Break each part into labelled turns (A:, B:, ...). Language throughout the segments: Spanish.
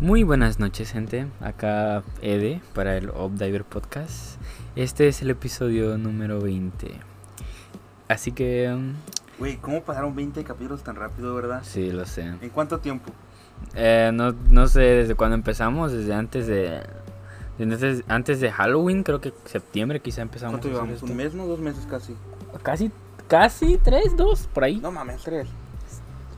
A: Muy buenas noches gente, acá Ede para el Obdiver Podcast. Este es el episodio número 20. Así que... um,
B: Güey, ¿cómo pasaron 20 capítulos tan rápido, verdad?
A: Sí, lo sé.
B: ¿En cuánto tiempo?
A: Eh, no, no sé desde cuándo empezamos, desde antes de... desde antes, antes de Halloween, creo que septiembre quizá empezamos.
B: ¿Cuánto
A: a hacer
B: llevamos?
A: esto.
B: ¿Un mes, no? ¿Dos meses casi?
A: Casi, casi tres, dos, por ahí.
B: No mames, tres.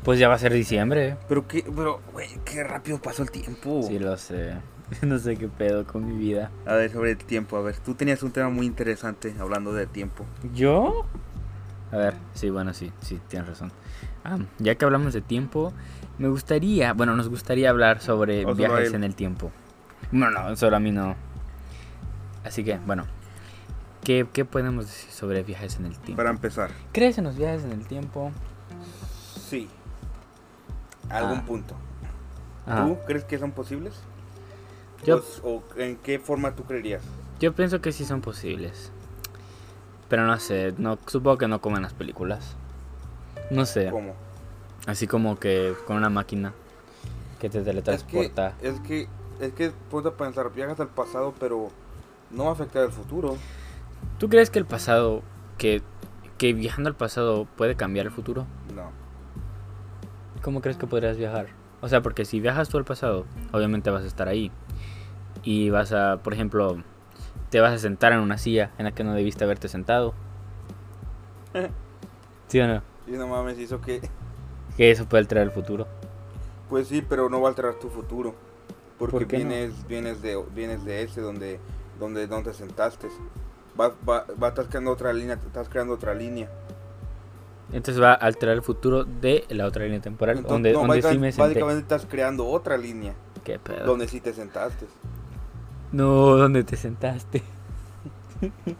A: Pues ya va a ser diciembre.
B: Pero qué, pero, güey, qué rápido pasó el tiempo.
A: Sí, lo sé. No sé qué pedo con mi vida.
B: A ver, sobre el tiempo, a ver, tú tenías un tema muy interesante hablando de tiempo.
A: ¿Yo? A ver, sí, bueno, sí, sí, tienes razón. Ah, ya que hablamos de tiempo, me gustaría, bueno, nos gustaría hablar sobre
B: O solo a
A: viajes
B: él.
A: en el tiempo. No, no, solo a mí no. Así que, bueno, ¿qué, qué podemos decir sobre viajes en el tiempo?
B: Para empezar.
A: ¿Crees en los viajes en el tiempo?
B: Sí. Algún
A: Ah.
B: punto.
A: Ajá.
B: ¿Tú crees que son posibles?
A: Ah. Yo-
B: Pues, ¿O en qué forma tú creerías?
A: Yo pienso que sí son posibles. Pero no sé, no, supongo que no como en las películas. No sé,
B: ¿Cómo?
A: así como que con una máquina que te
B: Es que,
A: teletransporta.
B: es que, es que, ponte a pensar, viajas al pasado, pero no va a afectar el futuro.
A: ¿Tú crees que el pasado, que, que viajando al pasado puede cambiar el futuro?
B: No.
A: ¿Cómo crees que podrías viajar? O sea, porque si viajas tú al pasado, obviamente vas a estar ahí. Y vas a, por ejemplo, te vas a sentar en una silla en la que no debiste haberte sentado. ¿Sí o no?
B: Y no mames, hizo que.
A: Que eso puede alterar el futuro.
B: Pues sí, pero no va a alterar tu futuro. Porque
A: ¿Por qué no?
B: vienes, vienes de vienes de ese donde donde donde te sentaste. Vas va, va, estás creando otra línea, estás creando otra línea.
A: Entonces va a alterar el futuro de la otra línea temporal,
B: Entonces,
A: donde,
B: no,
A: donde sí
B: básica-
A: me senté.
B: básicamente estás creando otra línea
A: ¿Qué pedo?
B: donde sí te sentaste.
A: No, donde te sentaste.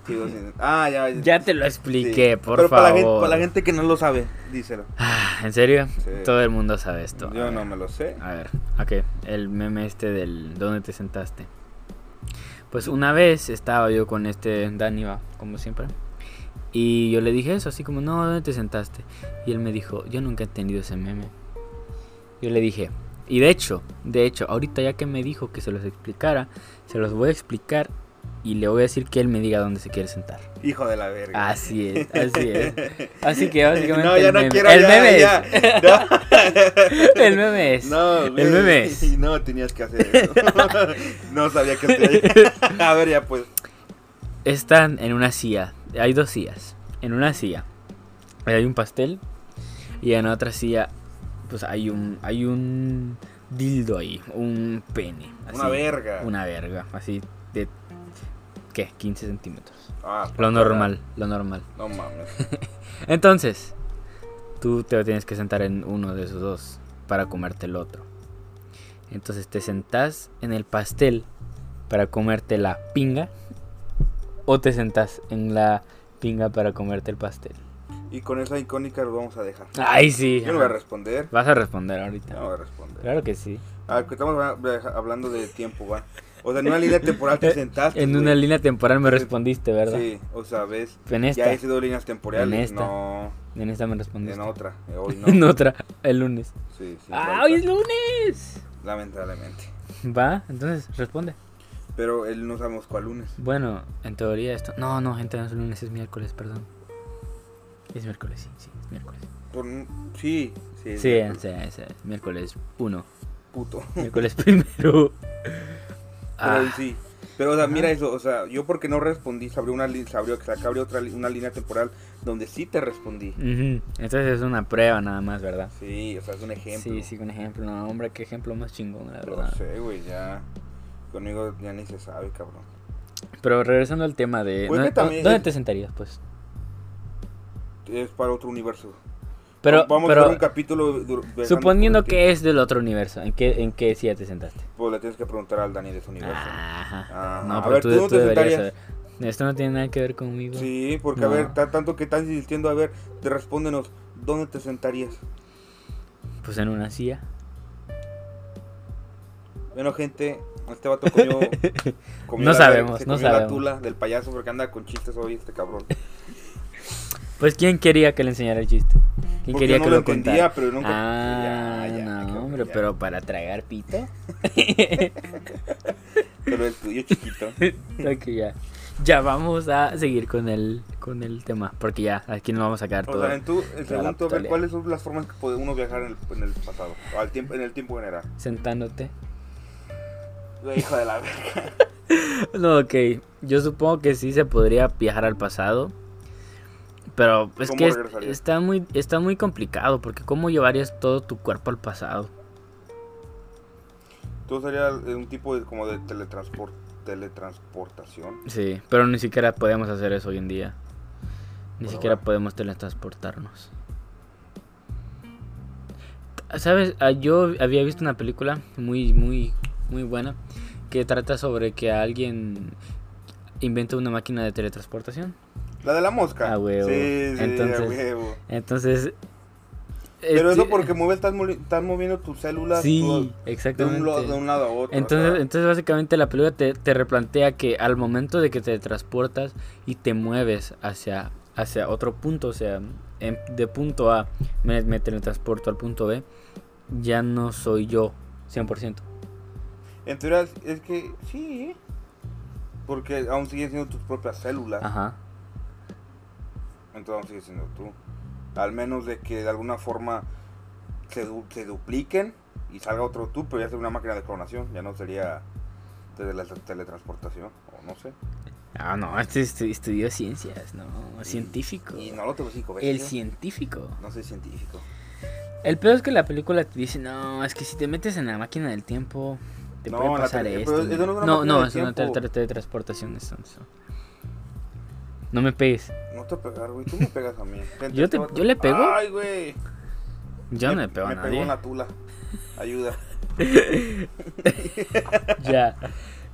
B: Sí, donde- ah, ya.
A: Ya te lo
B: sí.
A: expliqué, por
B: pero
A: favor.
B: Para la, gente, para la gente que no lo sabe, díselo.
A: Ah, ¿En serio?
B: Sí.
A: Todo el mundo sabe esto. Ah.
B: Yo
A: A
B: no
A: ver,
B: me lo sé.
A: A ver, ok. El meme este del ¿Dónde te sentaste? Pues una vez estaba yo con este Dani, va, como siempre. Y yo le dije eso, así como, no, ¿dónde te sentaste? Y él me dijo, yo nunca he entendido ese meme. Yo le dije, y de hecho, de hecho, ahorita ya que me dijo que se los explicara, se los voy a explicar y le voy a decir que él me diga dónde se quiere sentar.
B: Hijo de la verga.
A: Así es, así es. Así que Ah, básicamente
B: No, ya
A: el
B: no
A: meme,
B: quiero.
A: el
B: ya,
A: meme es-
B: ya.
A: el meme es.
B: No, güey.
A: meme es.
B: No tenías que hacer eso. no sabía que te... A ver, ya pues.
A: Están en una silla. Hay dos sillas. En una silla hay un pastel y en otra silla pues hay un hay un dildo ahí, un pene.
B: Una
A: así,
B: verga.
A: Una verga, así de ¿qué? 15 centímetros.
B: Ah,
A: Lo
B: papá,
A: normal, lo normal.
B: No mames.
A: Entonces, tú te tienes que sentar en uno de esos dos para comerte el otro. Entonces te sentás en el pastel para comerte la pinga o te sentás en la pinga para comerte el pastel.
B: Y con esa icónica lo vamos a dejar.
A: Ay, sí.
B: Yo no voy a responder.
A: Vas a responder
B: Yo
A: ahorita.
B: no voy a responder.
A: Claro que sí.
B: Ah, que estamos hab- hablando de tiempo, va. O sea, en una línea temporal te sentaste.
A: Eh, En
B: güey.
A: una línea temporal me respondiste, ¿verdad?
B: Ah, Sí, o sea, ves.
A: En
B: Ya
A: esta.
B: hice dos líneas temporales.
A: En esta.
B: No,
A: En esta me
B: en
A: respondiste.
B: otra. eh, Hoy no.
A: En otra, el lunes.
B: Sí, sí.
A: ¡Ah,
B: falta,
A: hoy es lunes!
B: Lamentablemente.
A: Va, entonces responde.
B: Pero él no sabemos cuál lunes.
A: Bueno, en teoría esto. No, no, gente, no es lunes, es miércoles, perdón. Es miércoles, sí, sí, es miércoles.
B: Por... Sí, sí.
A: Sí, es, es, es miércoles 1,
B: Puto.
A: miércoles primero.
B: Pero
A: Ah,
B: en sí. Pero, o sea, mira eso, o sea, yo porque no respondí, se abrió una, li- se abrió, se abrió otra, li- una línea temporal donde sí te respondí.
A: ujú, Entonces es una prueba nada más, ¿verdad?
B: Sí, o sea, es un ejemplo.
A: Sí, sí, un ejemplo. No, hombre, qué ejemplo más chingón, la
B: No
A: verdad.
B: sé, güey, ya. Conmigo ya ni se sabe, cabrón.
A: Pero regresando al tema de.
B: Pues que
A: ¿dónde,
B: también-
A: dónde te sentarías, pues?
B: Es para otro universo.
A: Pero,
B: vamos a
A: pero
B: hacer un capítulo. dur- viajando
A: suponiendo
B: por el tiempo.
A: que es del otro universo, ¿en qué, en qué silla te sentaste?
B: Pues le tienes que preguntar al Dani de su universo.
A: Ajá.
B: Ajá.
A: No,
B: A
A: pero
B: ver,
A: tú,
B: ¿tú dónde
A: tú deberías
B: sentarías?
A: saber. Esto no tiene nada que ver conmigo.
B: Sí, porque
A: No.
B: a ver, ta- tanto que están insistiendo, a ver, te respóndenos, ¿dónde te sentarías?
A: Pues en una silla.
B: Bueno, gente, este vato comió. comió
A: No
B: la-
A: sabemos,
B: se
A: no
B: comió la
A: sabemos.
B: tula del payaso porque anda con chistes hoy este cabrón.
A: Pues quién quería que le enseñara el chiste. ¿Quién
B: Porque
A: quería
B: yo no
A: que
B: lo
A: lo
B: entendía,
A: contara?
B: pero yo nunca.
A: Ah,
B: Ya, ya,
A: no,
B: qué
A: hombre, hombre,
B: Ya.
A: pero para tragar pito.
B: Pero el tuyo chiquito.
A: Ok, ya. Ya vamos a seguir con el, con el tema. Porque ya, aquí nos vamos a quedar
B: O
A: todo.
B: sea, en tu, en
A: toda la
B: según tú, a ver,
A: totalidad.
B: ¿cuáles son las formas que puede uno viajar en el, en el pasado? O al tiempo, en el tiempo general.
A: Sentándote.
B: La hija de la verga.
A: No, ok. Yo supongo que sí se podría viajar al pasado. Pero es
B: ¿Cómo
A: que es-
B: regresarías?
A: está muy, está muy complicado. Porque ¿cómo llevarías todo tu cuerpo al pasado?
B: Tú sería un tipo de, como de teletransport, teletransportación.
A: Sí, pero ni siquiera podemos hacer eso hoy en día. Ni
B: Bueno,
A: siquiera
B: bueno.
A: podemos teletransportarnos. ¿Sabes? Ah, Yo había visto una película muy, muy, muy buena que trata sobre que alguien inventa una máquina de teletransportación.
B: La de la mosca.
A: Ah, huevo.
B: Sí, sí,
A: Entonces,
B: a huevo.
A: Entonces...
B: Pero
A: este-
B: eso porque mueves, estás, moli- estás moviendo tus células
A: Sí,
B: tú- de,
A: exactamente.
B: un lo- de un lado a otro.
A: Entonces,
B: o sea,
A: entonces básicamente la película te, te replantea que al momento de que te transportas y te mueves hacia, hacia otro punto, o sea, en- de punto A me, me teletransporto al punto B, ya no soy yo 100%.
B: en teoría es- es que sí. ¿eh? Porque aún sigues siendo tus propias células.
A: Ajá.
B: Entonces aún sigues siendo tú. Al menos de que de alguna forma se, du- se dupliquen y salga otro tú, pero ya sería una máquina de clonación. Ya no sería de la teletransportación. O no sé.
A: Ah, no, este estu- estudió ciencias, no, científico.
B: Y no lo tengo cinco veces.
A: El
B: ¿eh?
A: científico.
B: No soy científico.
A: El peor es que la película te dice, no, es que si te metes en la máquina del tiempo, te
B: No,
A: puede
B: la
A: pasar
B: tele-
A: esto.
B: pero eso no es una
A: no,
B: máquina
A: no,
B: del
A: es una
B: tiempo.
A: tra- tra- teletransportación. eso- eso. No me pegues.
B: No te voy a pegar, güey. Tú me pegas a mí. Gente,
A: Yo te-
B: voy a-
A: yo le pego.
B: Ay, güey.
A: Yo no le pego a
B: Me pegó
A: nadie.
B: una tula. Ayuda.
A: ya,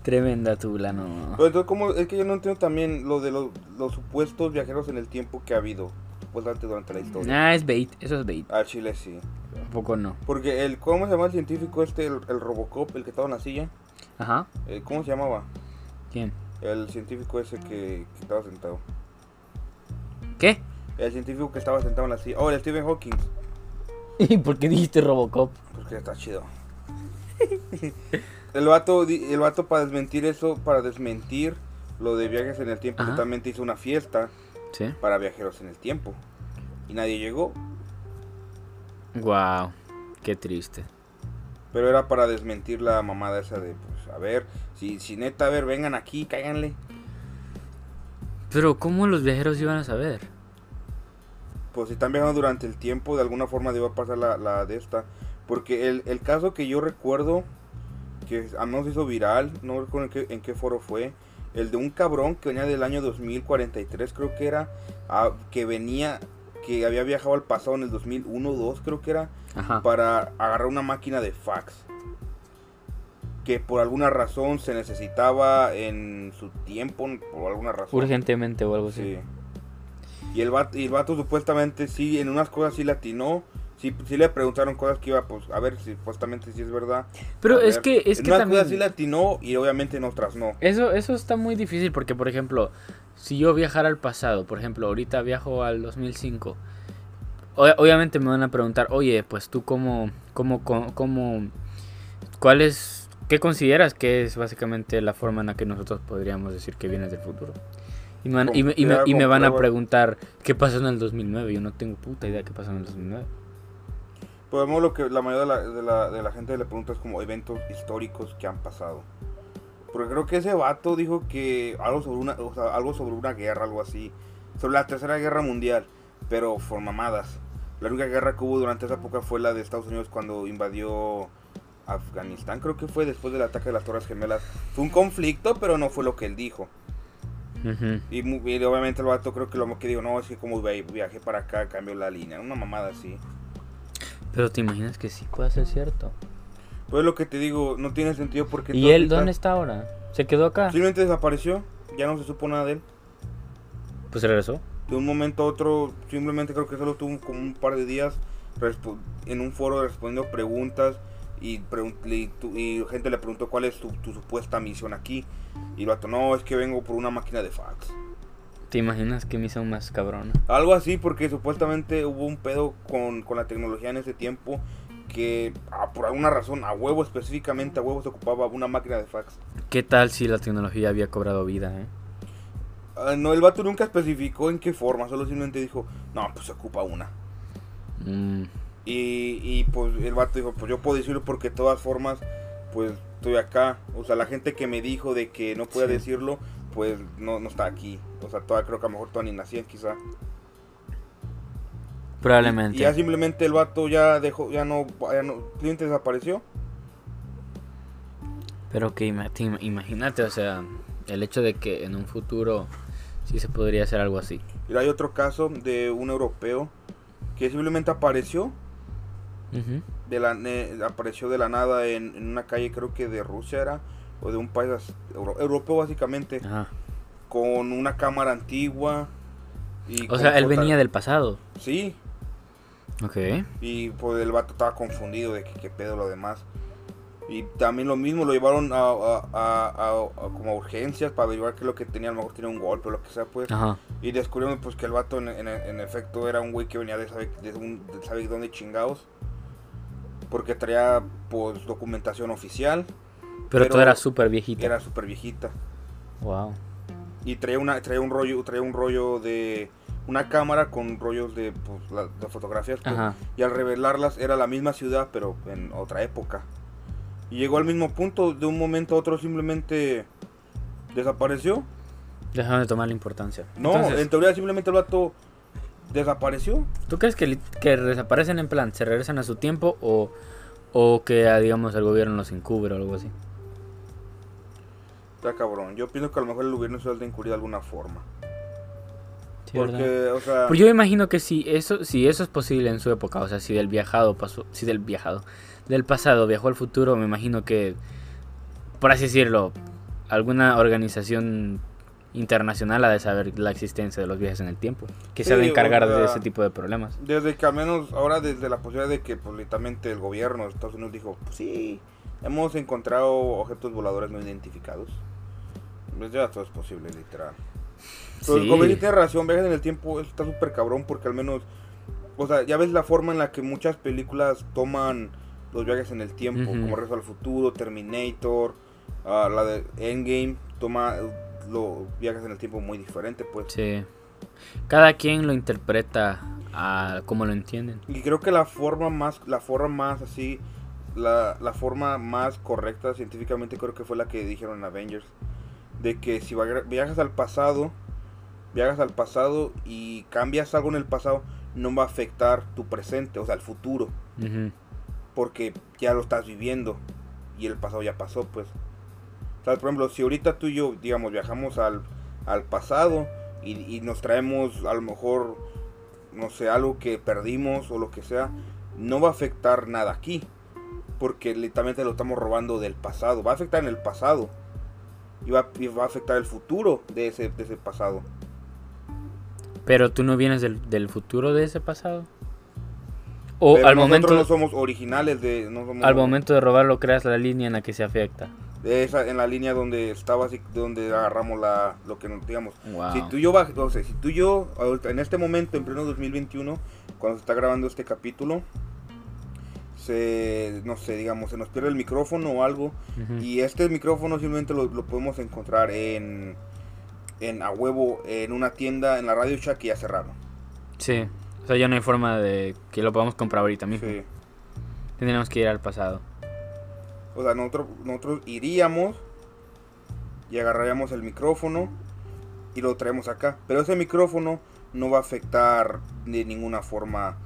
A: tremenda tula, no.
B: Pero entonces, ¿cómo? Es que yo no entiendo también lo de los, los supuestos viajeros en el tiempo que ha habido. Supuestamente durante la historia.
A: Ah, es bait, eso es bait.
B: A Chile sí.
A: Un poco no.
B: Porque el, ¿cómo se llama el científico este? El, el Robocop, el que estaba en la silla.
A: Ajá,
B: Eh, ¿Cómo se llamaba?
A: ¿quién?
B: El científico ese que, que estaba sentado.
A: ¿Qué?
B: El científico que estaba sentado en la silla. Oh, el Stephen Hawking.
A: ¿Y por qué dijiste Robocop?
B: Porque está chido. El vato, di- el vato para desmentir eso, para desmentir lo de viajes en el tiempo,
A: Ajá.
B: totalmente hizo una fiesta
A: Sí.
B: para viajeros en el tiempo. Y nadie llegó,
A: Wow, qué triste.
B: pero era para desmentir la mamada esa de, pues, a ver, si, si neta, a ver, vengan aquí, cáiganle.
A: Pero, ¿cómo los viajeros iban a saber?
B: Pues si están viajando durante el tiempo, de alguna forma deba pasar la, la de esta. Porque el, el caso que yo recuerdo, que a menos se hizo viral, no recuerdo en qué, en qué foro fue, el de un cabrón que venía del año 2043, creo que era, ah, que venía, que había viajado al pasado en el 2001 2, creo que era,
A: Ajá.
B: para agarrar una máquina de fax. Que por alguna razón se necesitaba en su tiempo, por alguna razón.
A: Urgentemente o algo así.
B: Sí. Y el vato, y el vato supuestamente sí, en unas cosas sí latinó. Sí, sí le preguntaron cosas que iba, pues, a ver si supuestamente sí es verdad.
A: Pero
B: A
A: es
B: ver,
A: que, es
B: en
A: que
B: unas
A: también...
B: cosas sí latinó y obviamente en otras no.
A: Eso, eso está muy difícil porque, por ejemplo, si yo viajara al pasado, por ejemplo, ahorita viajo al 2005, o- obviamente me van a preguntar, oye, pues tú cómo, cómo, cómo, cómo- cuál es, qué consideras que es básicamente la forma en la que nosotros podríamos decir que vienes del futuro. Y me, van, y me- y me- y me van a
B: Comprueba.
A: preguntar, ¿qué pasó en el 2009? Yo no tengo puta idea qué pasó en el 2009.
B: Por lo menos lo que la mayoría de la, de la- de la gente le pregunta es como eventos históricos que han pasado. Porque creo que ese vato dijo que algo sobre una, o sea, algo sobre una guerra, algo así. Sobre la tercera guerra mundial, pero por mamadas. La única guerra que hubo durante esa época fue la de Estados Unidos cuando invadió Afganistán, creo que fue después del ataque de las Torres Gemelas. Fue un conflicto, pero no fue lo que él dijo.
A: Ujú.
B: Y, mu- y obviamente el vato creo que lo que dijo, no, es que como vi- viajé para acá, cambió la línea. Una mamada así.
A: Pero te imaginas que sí puede ser cierto.
B: Pues lo que te digo, no tiene sentido porque...
A: ¿Y
B: entonces
A: él
B: está-
A: dónde está ahora? ¿Se quedó acá?
B: Simplemente desapareció, ya no se supo nada de él.
A: Pues regresó.
B: De un momento a otro, simplemente creo que solo tuvo como un par de días respo- en un foro respondiendo preguntas y, pregun- le- tu- y gente le preguntó cuál es tu, tu supuesta misión aquí. Y el vato, no, es que vengo por una máquina de fax.
A: ¿Te imaginas qué misión más cabrona?
B: Algo así porque supuestamente hubo un pedo con, con la tecnología en ese tiempo que ah, por alguna razón, a huevo específicamente, a huevo se ocupaba una máquina de fax.
A: ¿Qué tal si la tecnología había cobrado vida, eh?
B: Ah, no, el vato nunca especificó en qué forma, solo simplemente dijo, no, pues se ocupa una.
A: Mm,
B: Y, y, pues el vato dijo, pues yo puedo decirlo porque de todas formas, pues estoy acá. O sea, la gente que me dijo de que no podía
A: Sí.
B: decirlo, pues no, no está aquí. O sea, todavía creo que a lo mejor todavía ni nacían quizá.
A: probablemente.
B: Y ya simplemente el vato ya dejó, ya no, ya no, cliente desapareció.
A: Pero que ima- te im- imagínate, o sea, el hecho de que en un futuro sí se podría hacer algo así.
B: Y hay otro caso de un europeo que simplemente apareció
A: Ujú.
B: de la ne- apareció de la nada en, en una calle creo que de Rusia era o de un país as- euro- europeo básicamente
A: Ajá.
B: con una cámara antigua y
A: O sea, él venía
B: de
A: del pasado.
B: sí
A: Ok.
B: y pues el vato estaba confundido de que qué pedo lo demás y también lo mismo lo llevaron a, a- a- a- a como a urgencias para averiguar qué es lo que tenía a lo mejor tenía un golpe o lo que sea pues
A: Ajá.
B: y descubrieron pues que el vato en, en- en efecto era un güey que venía de saber, de un, de sabe dónde chingados. Porque traía pues documentación oficial,
A: Pero,
B: Pero
A: todo era súper viejito.
B: era súper viejita.
A: Wow.
B: Y traía una, traía un rollo, traía un rollo de una cámara con rollos de, pues, la- de fotografías. pues.
A: Ajá.
B: Y al revelarlas era la misma ciudad pero en otra época. Y llegó al mismo punto, de un momento a otro simplemente desapareció.
A: Dejaron de tomar la importancia.
B: No,
A: Entonces,
B: en teoría simplemente el vato desapareció.
A: ¿tú crees que, li- que desaparecen en plan, se regresan a su tiempo o, o que, ah, digamos, el gobierno los encubre o algo así?
B: Está cabrón. Yo pienso que a lo mejor el gobierno se ha de encubrir de alguna forma.
A: Sí,
B: Porque,
A: ¿verdad?
B: o sea,
A: Pues yo imagino que si eso, si eso es posible en su época, o sea, si del viajado pasó, si del viajado, del pasado viajó al futuro, me imagino que, por así decirlo, alguna organización internacional ha de saber la existencia de los viajes en el tiempo, que se ha de
B: Sí, o
A: encargar de
B: sea,
A: ese tipo de problemas.
B: desde que al menos ahora, desde la posibilidad de que pues, literalmente el gobierno de Estados Unidos dijo, pues sí, hemos encontrado objetos voladores no identificados. Pues ya todo es posible, literal. Pero
A: Sí.
B: pues, como dice, tiene razón, viajes en el tiempo está súper cabrón porque al menos, o sea, ya ves la forma en la que muchas películas toman los viajes en el tiempo,
A: Ujú.
B: como Regreso al Futuro, Terminator, ah, la de Endgame, toma eh, los viajes en el tiempo muy diferente, pues.
A: Sí. Cada quien lo interpreta a como lo entienden.
B: Y creo que la forma más, la forma más así, la, la forma más correcta científicamente creo que fue la que dijeron en Avengers. De que si va- viajas al pasado, viajas al pasado y cambias algo en el pasado, no va a afectar tu presente, o sea, el futuro.
A: Ujú.
B: Porque ya lo estás viviendo y el pasado ya pasó, pues. O sea, por ejemplo, si ahorita tú y yo, digamos, viajamos al, al pasado y, y nos traemos a lo mejor, no sé, algo que perdimos o lo que sea, no va a afectar nada aquí. Porque literalmente lo estamos robando del pasado. Va a afectar en el pasado. Y va, y va a afectar el futuro de ese, de ese pasado.
A: Pero tú no vienes del, del futuro de ese pasado. O
B: Pero
A: al
B: nosotros
A: momento,
B: no somos originales de... No somos
A: al momento de robarlo creas la línea en la que se afecta.
B: de esa, en la línea donde estaba, así, donde agarramos la, lo que nos digamos.
A: Wow.
B: Si tú y yo, baj- o sea, si tú y yo ahorita, en este momento, en pleno 2021, cuando se está grabando este capítulo, se, no sé, digamos, se nos pierde el micrófono o algo,
A: Ujú.
B: y este micrófono simplemente lo, lo podemos encontrar en, en a huevo, en una tienda, en la Radio Shack que ya cerraron.
A: Sí. O sea, ya no hay forma de que lo podamos comprar ahorita mismo.
B: Sí.
A: Tendríamos que ir al pasado.
B: O sea, nosotros, nosotros iríamos y agarraríamos el micrófono y lo traemos acá. Pero ese micrófono no va a afectar de ninguna forma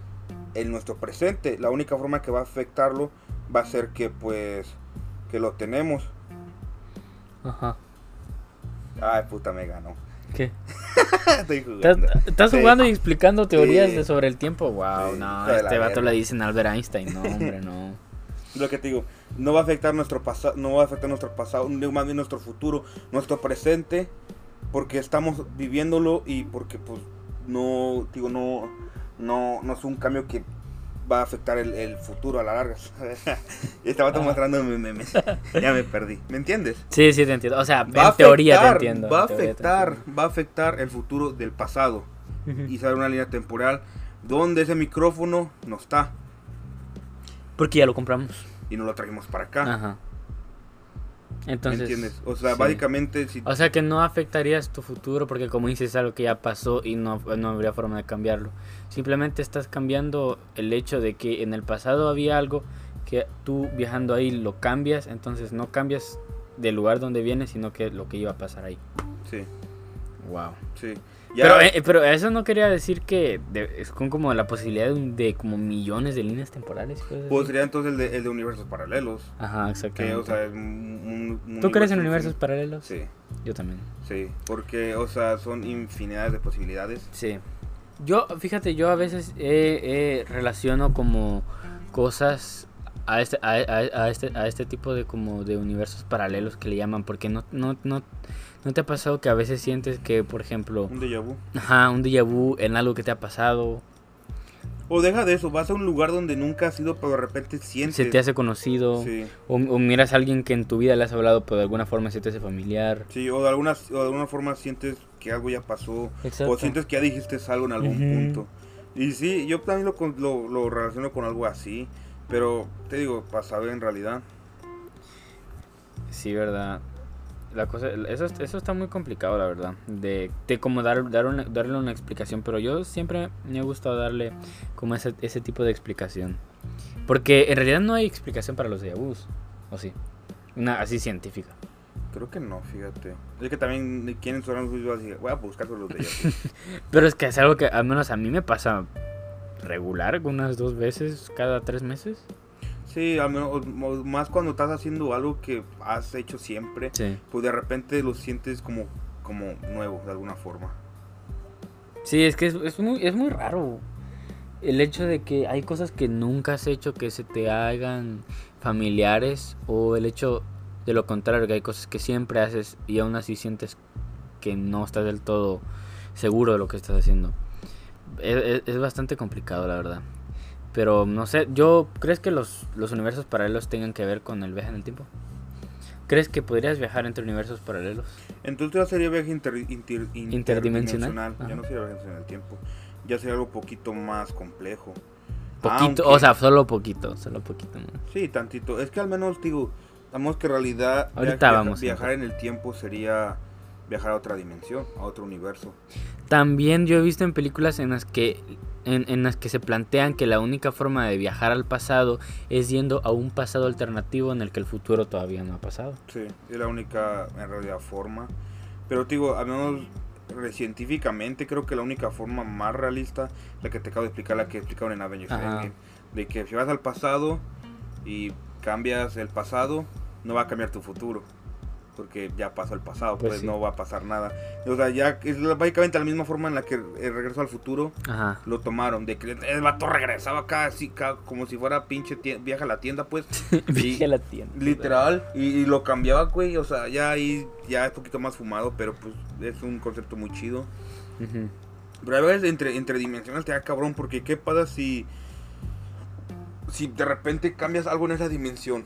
B: en nuestro presente. La única forma que va a afectarlo va a ser que pues que lo tenemos.
A: Ajá.
B: Ay, puta, me ganó.
A: ¿Qué?
B: Estoy
A: ¿Estás,
B: jugando.
A: estás
B: Sí.
A: jugando y explicando teorías
B: Sí.
A: de sobre el tiempo? Wow,
B: Sí,
A: no,
B: hijo de la
A: este vato le
B: verga.
A: dicen Albert Einstein. No, hombre, no.
B: Lo que te digo, no va a afectar nuestro pasado, no va a afectar nuestro pasado, no, más bien nuestro futuro, nuestro presente, porque estamos viviéndolo y porque pues no, digo, no, no, no es un cambio que va a afectar el, el futuro a la larga. Este Estaba mostrando mi meme, ya me perdí, ¿me entiendes?
A: Sí, sí, te entiendo. O sea,
B: Va a
A: en teoría
B: afectar,
A: te entiendo.
B: Va a
A: en teoría te
B: afectar, va a afectar el futuro del pasado
A: entiendo.
B: y sale una línea temporal donde ese micrófono no está.
A: Porque ya lo compramos.
B: y no lo trajimos para acá.
A: Ajá.
B: ¿Me
A: Entonces.
B: Ah. entiendes? O sea,
A: sí. Ah.
B: básicamente, si
A: O sea que no afectarías tu futuro porque como dices es algo que ya pasó y no, no habría forma de cambiarlo. Simplemente estás cambiando el hecho de que en el pasado había algo que tú viajando ahí lo cambias, entonces no cambias del lugar donde vienes, sino que lo que iba a pasar ahí.
B: Sí,
A: Wow.
B: sí. Ya-
A: Pero, eh, pero eso no quería decir que de- es con como la posibilidad de, un- de como millones de líneas temporales. cosas así.
B: pues sería entonces el de, el de universos paralelos.
A: Ajá,
B: Que,
A: exactamente.
B: o sea, es un- un- un
A: ¿Tú crees en
B: universo
A: universos paralelos?
B: infin-
A: Yo también.
B: Sí, sí. Porque, o sea, son infinidades de posibilidades.
A: Sí. Yo, fíjate, yo a veces eh, eh, relaciono como cosas a este, a, a- a este, a este tipo de como de universos paralelos que le llaman, porque no, no, no, no te ha pasado que a veces sientes que, por ejemplo,
B: Un déjà vu.
A: ajá, un déjà vu en algo que te ha pasado,
B: O deja de eso, vas a un lugar donde nunca has ido, pero de repente sientes.
A: se te hace conocido,
B: Sí,
A: o, o miras a alguien que en tu vida le has hablado, pero de alguna forma se te hace familiar.
B: sí, o de, alguna, o de alguna forma sientes que algo ya pasó.
A: Exacto.
B: O sientes que ya dijiste algo en algún
A: Ujú.
B: punto. Y sí, yo también lo, con- lo, lo relaciono con algo así. Pero te digo, para saber en realidad.
A: Sí, verdad. La cosa, eso, eso está muy complicado, la verdad. De, de como dar, dar una- darle una explicación. Pero yo siempre me ha gustado darle como ese, ese tipo de explicación. Porque en realidad no hay explicación para los de vus. ¿O sí? Una así científica.
B: Creo que no, fíjate. Es que también, ¿quiénes son los mismos? Dije, Voy a buscar sobre los de ellos.
A: Pero es que es algo que al menos a mí me pasa regular, unas dos veces cada tres meses.
B: Sí, al menos, o- más cuando estás haciendo algo que has hecho siempre,
A: Sí.
B: pues de repente lo sientes como, como nuevo, de alguna forma.
A: Sí, es que es, es muy, es muy raro el hecho de que hay cosas que nunca has hecho que se te hagan familiares o el hecho de lo contrario, que hay cosas que siempre haces y aún así sientes que no estás del todo seguro de lo que estás haciendo. Es, es- es bastante complicado, la verdad. Pero no sé, yo ¿crees que los, los universos paralelos tengan que ver con el viaje en el tiempo? ¿Crees que podrías viajar entre universos paralelos?
B: Entonces ya sería viaje inter- inter-
A: Interdimensional, ajá.
B: Ya no sería viaje en el tiempo. Ya sería algo poquito más complejo.
A: Poquito, o
B: Aunque-
A: sea, solo poquito, solo poquito. ¿no?
B: Sí, tantito. Es que al menos, digo, digamos que en realidad
A: Ahorita
B: viaja-
A: vamos,
B: viajar en el tiempo sería viajar a otra dimensión, a otro universo.
A: También yo he visto en películas en las que en, en las que se plantean que la única forma de viajar al pasado es yendo a un pasado alternativo en el que el futuro todavía no ha pasado.
B: Sí, es la única en realidad forma. Pero te digo, al menos re- científicamente creo que la única forma más realista, la que te acabo de explicar, la que explicaron en Avengers
A: Ajá.
B: Endgame, de que si vas al pasado y cambias el pasado, no va a cambiar tu futuro. Porque ya pasó el pasado,
A: Pues
B: pues,
A: sí.
B: no va a pasar nada. O sea, ya es la- básicamente la misma forma en la que el regreso al futuro
A: Ajá.
B: lo tomaron. De que el vato regresaba casi como si fuera pinche tie- viaja a la tienda, pues.
A: Viaje a la tienda.
B: Literal, y, y lo cambiaba, güey, o sea, ya ahí ya es poquito más fumado, pero pues es un concepto muy chido.
A: Ujú.
B: Pero a veces entre, entre dimensiones te da cabrón, porque ¿qué pasa si, si de repente cambias algo en esa dimensión?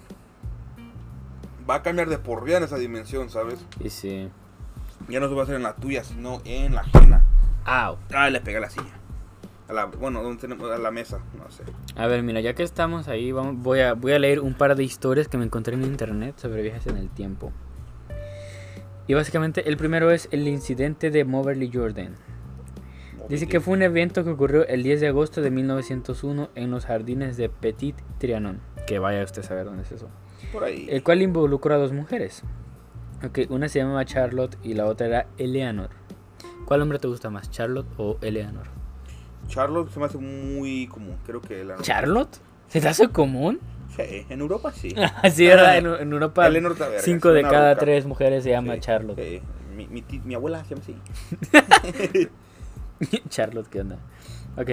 B: Va a cambiar de por vida en esa dimensión, ¿sabes?
A: Y sí.
B: Ya no se va a hacer en la tuya, sino en la ajena.
A: Au.
B: Ah, le pegué a la silla. A la, bueno, ¿dónde tenemos? A la mesa, no sé.
A: A ver, mira, ya que estamos ahí, vamos, voy, a, voy a leer un par de historias que me encontré en internet sobre viajes en el tiempo. Y básicamente el primero es el incidente de Moverly Jordan. Dice que fue un evento que ocurrió el 10 de agosto de 1901 en los jardines de Petit Trianon. Que vaya usted a saber dónde es eso.
B: Por ahí.
A: El cual involucró a dos mujeres. Ok, una se llamaba Charlotte y la otra era Eleanor. ¿Cuál hombre te gusta más, Charlotte o Eleanor?
B: Charlotte se me hace muy común, creo que la...
A: ¿Charlotte? ¿Se te hace común?
B: Sí, en Europa
A: Ah,
B: sí.
A: Así era en, en Europa.
B: Eleanor está verga,
A: Cinco
B: es
A: de
B: una
A: cada
B: ruca.
A: tres mujeres se llama
B: Sí,
A: Charlotte.
B: sí. Mi, mi ti- mi abuela se llama así.
A: Charlotte, ¿qué onda? Ok,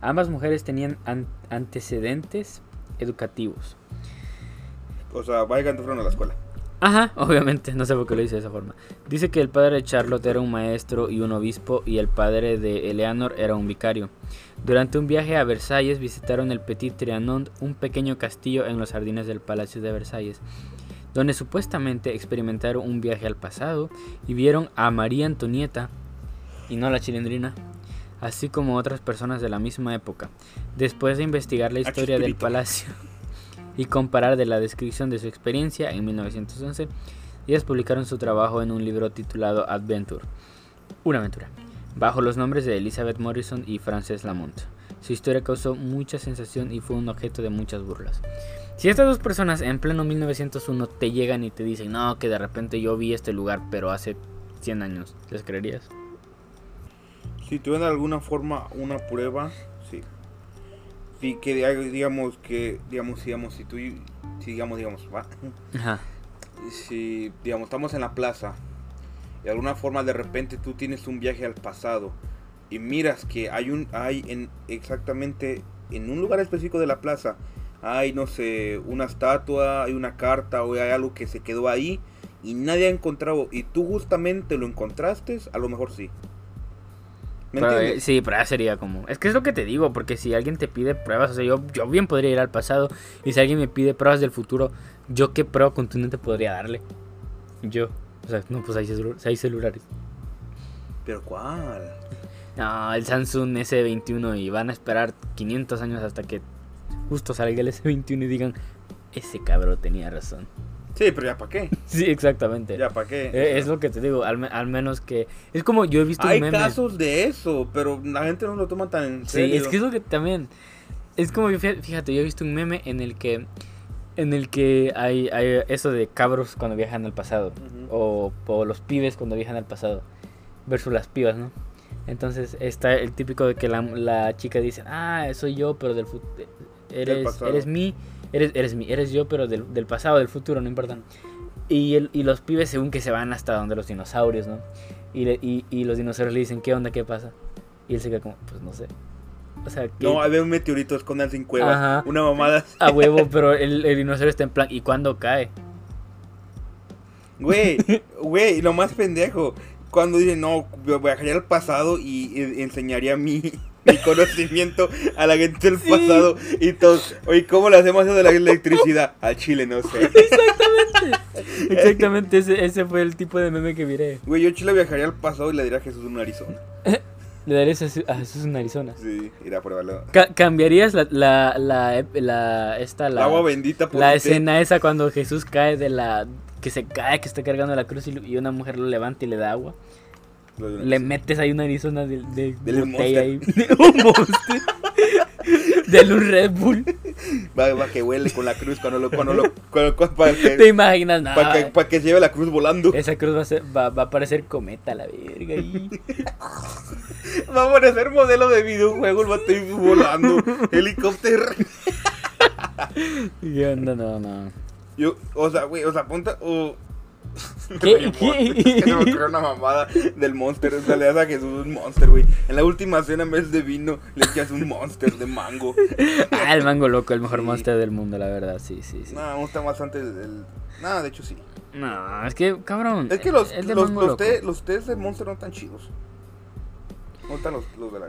A: ambas mujeres tenían an- antecedentes educativos.
B: O sea, vayan fueron a la escuela.
A: Ajá, obviamente, no sé por qué lo dice de esa forma. Dice que el padre de Charlotte era un maestro y un obispo y el padre de Eleanor era un vicario. Durante un viaje a Versalles visitaron el Petit Trianon, un pequeño castillo en los jardines del Palacio de Versalles, donde supuestamente experimentaron un viaje al pasado y vieron a María Antonieta, y no a la chilindrina, así como otras personas de la misma época. Después de investigar la historia del
B: Chespirito.
A: palacio, y comparar de la descripción de su experiencia en 1911, ellas publicaron su trabajo en un libro titulado Adventure, una aventura, bajo los nombres de Elizabeth Morrison y Frances Lamont. Su historia causó mucha sensación y fue un objeto de muchas burlas. Si estas dos personas en pleno 1901 te llegan y te dicen, no, que de repente yo vi este lugar, pero hace 100 años, ¿les creerías?
B: Si tuvieran de alguna forma una prueba, sí. Sí, que digamos que, digamos, digamos, si tú, si digamos, digamos, va.
A: Ajá.
B: Si, digamos, estamos en la plaza y de alguna forma de repente tú tienes un viaje al pasado y miras que hay un, hay en exactamente en un lugar específico de la plaza hay, no sé, una estatua, hay una carta o hay algo que se quedó ahí y nadie ha encontrado y tú justamente lo encontraste, a lo mejor sí. ¿Me
A: Pero, eh,
B: entiendes?
A: sí, pero ya sería como... Es que es lo que te digo, porque si alguien te pide pruebas, o sea, yo, yo bien podría ir al pasado, y si alguien me pide pruebas del futuro, ¿yo qué prueba contundente podría darle? Yo. O sea, no, pues hay, celu- hay celulares.
B: Pero ¿cuál?
A: No, el Samsung S21 y van a esperar 500 años hasta que justo salga el S21 y digan, ese cabrón tenía razón.
B: Sí, pero ya para qué.
A: Sí, exactamente.
B: Ya para qué.
A: Eh, Es lo que te digo, al, me- al menos que... Es como yo he visto
B: Hay
A: memes.
B: casos de eso, pero la gente no lo toma tan en
A: Sí,
B: serio.
A: es que es lo que también. Es como yo, fí- fíjate, yo he visto un meme en el que. En el que hay, hay eso de cabros cuando viajan al pasado.
B: Ujú.
A: o, o los pibes cuando viajan al pasado. Versus las pibas, ¿no? Entonces está el típico de que la, la chica dice, ah, soy yo, pero del futuro. Eres,
B: pasado.
A: eres mí, eres, eres mí, eres yo, pero del, del pasado, del futuro, no importa. Y, el- y los pibes según que se van hasta donde los dinosaurios, ¿no? Y, le- y, y los dinosaurios le dicen, ¿qué onda? ¿Qué pasa? Y él se queda como, pues no sé. O sea, que...
B: No, había un meteorito, escóndanse en cuevas.
A: Ajá.
B: Una mamada.
A: a huevo, pero el, el dinosaurio está en plan, ¿y cuándo cae?
B: Güey, güey, lo más pendejo. Cuando dicen, no, yo viajaría al pasado y eh, enseñaría mi, mi conocimiento a la gente del
A: Sí.
B: pasado. Y todos, oye, ¿cómo le hacemos eso de la electricidad? Al Chile, no sé.
A: Exactamente, ese, ese fue el tipo de meme que miré.
B: Güey, yo en Chile viajaría al pasado y le diría a Jesús un Arizona.
A: Le daré eso a Jesús- a Jesús en Arizona.
B: Sí, irá a pruébalo.
A: Ca- ¿Cambiarías la, la, la, la- esta,
B: El
A: la,
B: agua bendita por
A: la
B: usted.
A: escena esa cuando Jesús cae de la... que se cae, que está cargando la cruz y, lo- y una mujer lo levanta y le da agua?
B: Lo de una
A: Le
B: Arizona.
A: metes ahí una Arizona de, de
B: Del
A: botella ahí. Un Monster. Del un Red Bull.
B: Va, va que huele con la cruz cuando lo. Cuando lo cuando- cuando- para,
A: ¿Te
B: que,
A: imaginas? No, eh,
B: para, que, para que se lleve la cruz volando.
A: Esa cruz va a, ser- va, va a parecer cometa, la verga. ahí.
B: Vamos a ser modelo de videojuego, el vato ahí volando. Helicóptero.
A: Y yo, no, no, no.
B: Yo, o sea, güey, o sea, apunta. o
A: ¿Qué?
B: Que se me ocurrió una mamada del monster. O sea, le das a Jesús un monster, güey. En la última cena, en vez de vino, le echas un monster de mango.
A: Ah, el mango loco, el mejor
B: Sí.
A: monster del mundo, la verdad. Sí, sí, sí.
B: Nada, me gusta bastante el. el- Nada, de hecho sí.
A: No, es que, cabrón.
B: Es que los,
A: el de
B: los,
A: mango
B: los,
A: loco.
B: té- los tés de monster no están chidos. No están los, los de la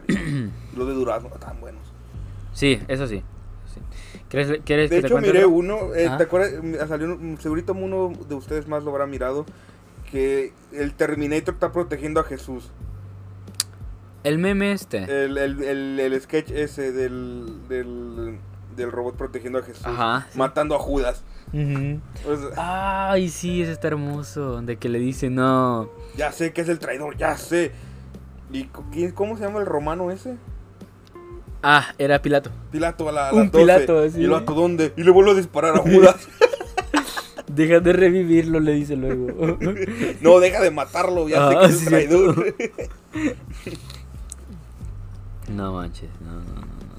B: Los de durazno no están buenos.
A: Sí, eso sí. sí. ¿Quieres, quieres
B: De
A: que te
B: hecho,
A: cuente Ah.
B: miré
A: otro?
B: uno, eh,
A: Ajá.
B: ¿te acuerdas? Mm, Salió un- segurito uno de ustedes más lo habrá mirado, que el Terminator está protegiendo a Jesús.
A: El meme este.
B: El, el, el, el sketch ese del, del, del robot protegiendo a Jesús,
A: Ajá.
B: matando a Judas. Pues,
A: Ujú.
B: O sea,
A: Ay, sí, ese está hermoso. De que le dice, no.
B: ya sé que es el traidor, ya sé. ¿Y co- quién- cómo se llama el romano ese?
A: Ah, era Pilato.
B: Pilato a la, a
A: Un
B: las 12.
A: Pilato, sí.
B: ¿Y lo vato, dónde? Y le vuelvo a disparar a Judas.
A: Deja de revivirlo, le dice luego.
B: no, deja de matarlo, ya sé
A: Ah,
B: que es
A: sí,
B: el traidor.
A: no manches, no, no, no. no.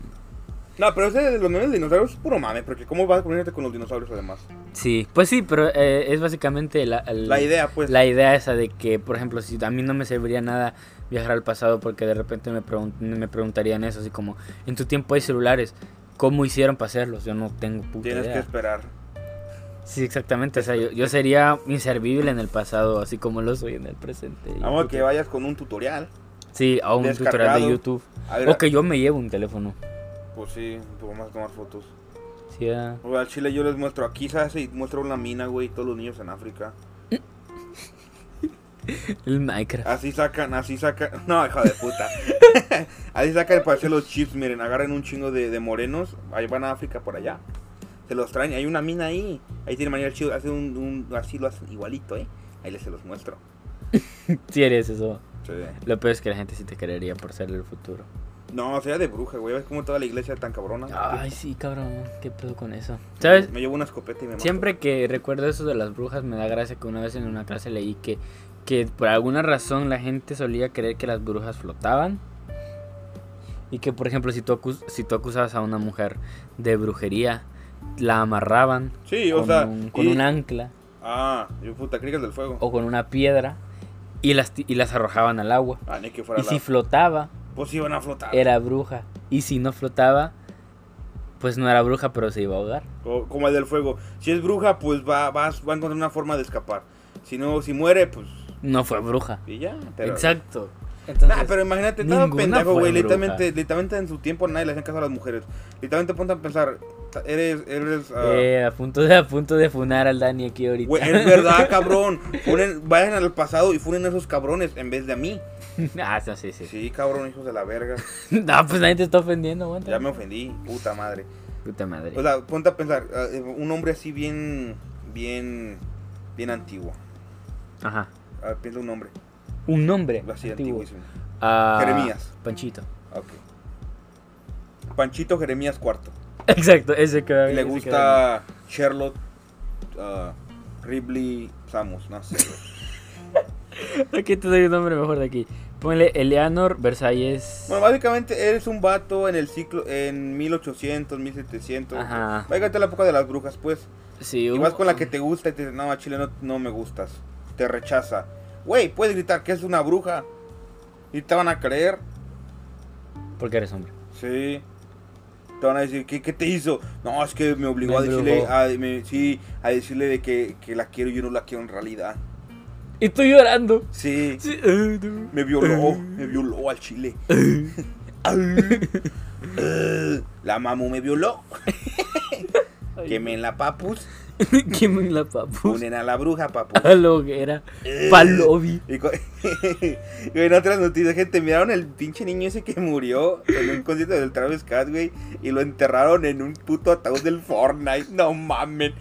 B: No, pero ese de los memes de dinosaurios es puro mame, porque ¿cómo vas a ponerte con los dinosaurios además?
A: Sí, pues sí, pero eh, es básicamente la, el-
B: La idea, pues.
A: la idea esa de que, por ejemplo, si a mí no me serviría nada viajar al pasado porque de repente me, pregun- me preguntarían eso, así como, en tu tiempo hay celulares, ¿cómo hicieron para hacerlos? Yo no tengo puta
B: Tienes que
A: idea.
B: esperar.
A: Sí, exactamente, o sea, yo, yo sería inservible en el pasado, así como lo soy en el presente.
B: Vamos a que vayas con un tutorial.
A: Sí, a un tutorial de
B: Ah, descargado.
A: YouTube.
B: A ver,
A: O que yo me llevo un teléfono.
B: pues sí, vamos a tomar fotos.
A: Sí, ah.
B: O sea, al Chile yo les muestro aquí, ¿sabes? Y muestro una mina, güey, y todos los niños en África.
A: el Minecraft.
B: Así sacan, así sacan. No, hija de puta. así sacan para hacer los chips. Miren, agarren un chingo de, de morenos. Ahí van a África por allá. se los traen. Hay una mina ahí. Ahí tiene Manuel Chido. Hace un, un- Así lo hacen igualito, ¿eh? Ahí les se los muestro.
A: Si eres eso.
B: Sí.
A: Lo peor es que la gente sí te creería por ser el futuro.
B: No, sería de bruja, güey. ¿Ves cómo toda la iglesia tan cabrona?
A: Ay, sí, cabrón. ¿Qué pedo con eso? ¿Sabes?
B: Me llevo una escopeta y me mato.
A: Siempre que recuerdo eso de las brujas, me da gracia que una vez en una clase leí que, que por alguna razón la gente solía creer que las brujas flotaban. Y que, por ejemplo, si tú, acus- si tú acusabas a una mujer de brujería, la amarraban
B: Sí, o
A: con,
B: sea.
A: un, con Oh.
B: y-
A: un ancla
B: Ah, yo puta, creí que el del fuego.
A: o con una piedra y las, ti- y las arrojaban al agua.
B: Ah, ni que fuera
A: Y
B: la.
A: si flotaba,
B: Pues iban a flotar.
A: era bruja. Y si no flotaba, pues no era bruja, pero se iba a ahogar.
B: Co- como el del fuego. Si es bruja, pues va, va, a- va a encontrar una forma de escapar. Si no, si muere, pues.
A: No fue bruja.
B: Y ya. pero-
A: Exacto.
B: Nah,
A: Entonces,
B: pero imagínate, estaba
A: ninguna
B: pendejo,
A: fue
B: güey.
A: bruja.
B: Literalmente, literalmente en su tiempo nadie le hacía caso a las mujeres. Literalmente ponte a pensar, ta- eres, eres, ah,
A: Eh, a punto de a punto de funar al Dani aquí ahorita.
B: güey, es verdad, cabrón. Funen- vayan al pasado y funen a esos cabrones en vez de a mí.
A: ah, no, sí, sí.
B: Sí, cabrón, hijos de la verga.
A: No, pues nadie te está ofendiendo, aguanta.
B: Ya me ofendí, puta madre.
A: Puta madre.
B: O sea, ponte a pensar, ah, eh, un hombre así bien, bien, bien antiguo.
A: Ajá.
B: A ver, piensa un hombre,
A: Un nombre.
B: así
A: antiguo.
B: antiguísimo.
A: Ah,
B: Jeremías.
A: Panchito.
B: Ok. Panchito Jeremías Cuarto.
A: Exacto, ese que
B: Y le
A: ese que-
B: gusta Charlotte, ah, Ripley, Samus, no sé. güey.
A: Aquí te doy un nombre mejor de aquí. Ponle Eleanor Versalles.
B: Bueno, básicamente eres un vato en el ciclo, en 1800, 1700.
A: Ajá.
B: Váyate a la época de las brujas, pues.
A: sí,
B: Y
A: un-
B: vas con la que te gusta y te dice, no, a Chile no, no me gustas. Te rechaza. Güey, puedes gritar que es una bruja. Y te van a creer.
A: Porque eres hombre.
B: Sí. Te van a decir, ¿qué, qué te hizo? No, es que me obligó
A: Me
B: a decirle,
A: embrujó.
B: a, me- sí, a decirle de que, que la quiero y yo no la quiero en realidad.
A: Y estoy llorando.
B: Sí.
A: Sí, ay, no.
B: Me violó, me violó al chile. la mamu me violó.
A: Ay.
B: Quemen la papus,
A: Quemen la papus.
B: unen a la bruja, papus.
A: A lo que era.
B: Eh.
A: Palobi.
B: Y cu- y en otras noticias, gente, miraron el pinche niño ese que murió en un concierto del Travis Scott, güey, y lo enterraron en un puto ataúd del Fortnite. No mamen.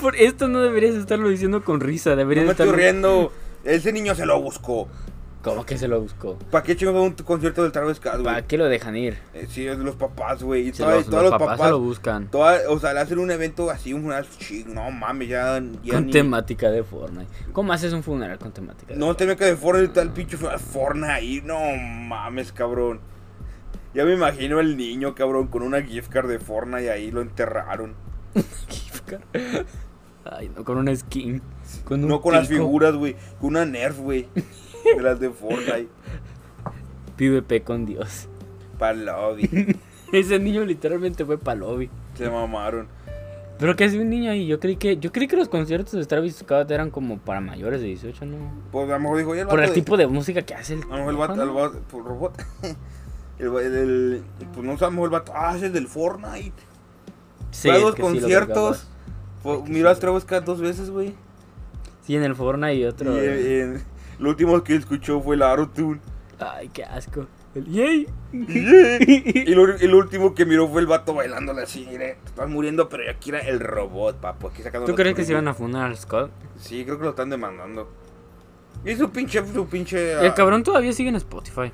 A: Por esto no deberías estarlo diciendo con risa.
B: No
A: Deberías
B: me estoy
A: estarlo-
B: riendo. Ese niño se lo buscó.
A: ¿Cómo que se lo buscó?
B: ¿Para qué chingos va a un concierto del Travis Scott, güey?
A: ¿Para qué lo dejan ir?
B: Eh, Sí, es de los papás, güey. Y
A: Si
B: todavía-
A: los,
B: todos
A: los
B: los
A: papás,
B: papás
A: lo buscan.
B: Toda- o sea, le hacen un evento así, un funeral chic, no mames, ya, ya
A: Con
B: ni-
A: temática de Fortnite. ¿Cómo haces un funeral con temática de
B: No tenía que de Fortnite tal pinche funeral Fortnite ahí, no mames, cabrón. Ya me imagino el niño, cabrón, con una gift card de Fortnite y ahí lo enterraron.
A: Fortnite? Ay, no, con una skin. Con un
B: no con las
A: pico.
B: figuras, güey, con una nerf, güey, de las de Fortnite.
A: PvP con Dios.
B: Pa'l lobby,
A: Ese niño literalmente fue Palobi.
B: se mamaron.
A: Pero que hace un niño ahí. Yo creí que yo creí que los conciertos de Travis Scott eran como para mayores de 18, ¿no?
B: Pues a lo mejor dijo, ya el
A: Por
B: vato
A: el tipo de música que hace el.
B: A lo mejor el vato, el vato- pues, robot. El, va- el- el- pues no sé, a lo mejor el vato, ah, ese es del Fortnite. Pues,
A: Sí,
B: Fue a
A: es
B: dos
A: que sí lo
B: conciertos.
A: ubicabas.
B: Fue- miró a Travis Scott dos veces, güey.
A: Sí, en el Fortnite y
B: Y
A: otro.
B: eh, en- lo último que escuchó fue la Arotune.
A: Ay, qué asco. El- ¡Yay!
B: y lo, y lo último que miró fue el vato bailándole así. Mire, te estás muriendo, pero aquí era el robot, papo. Aquí sacando
A: ¿Tú
B: los
A: crees que se iban
B: colmillos.
A: a funar al Scott?
B: Sí, creo que lo están demandando. Y su pinche, su pinche. ah,
A: El cabrón todavía sigue en Spotify.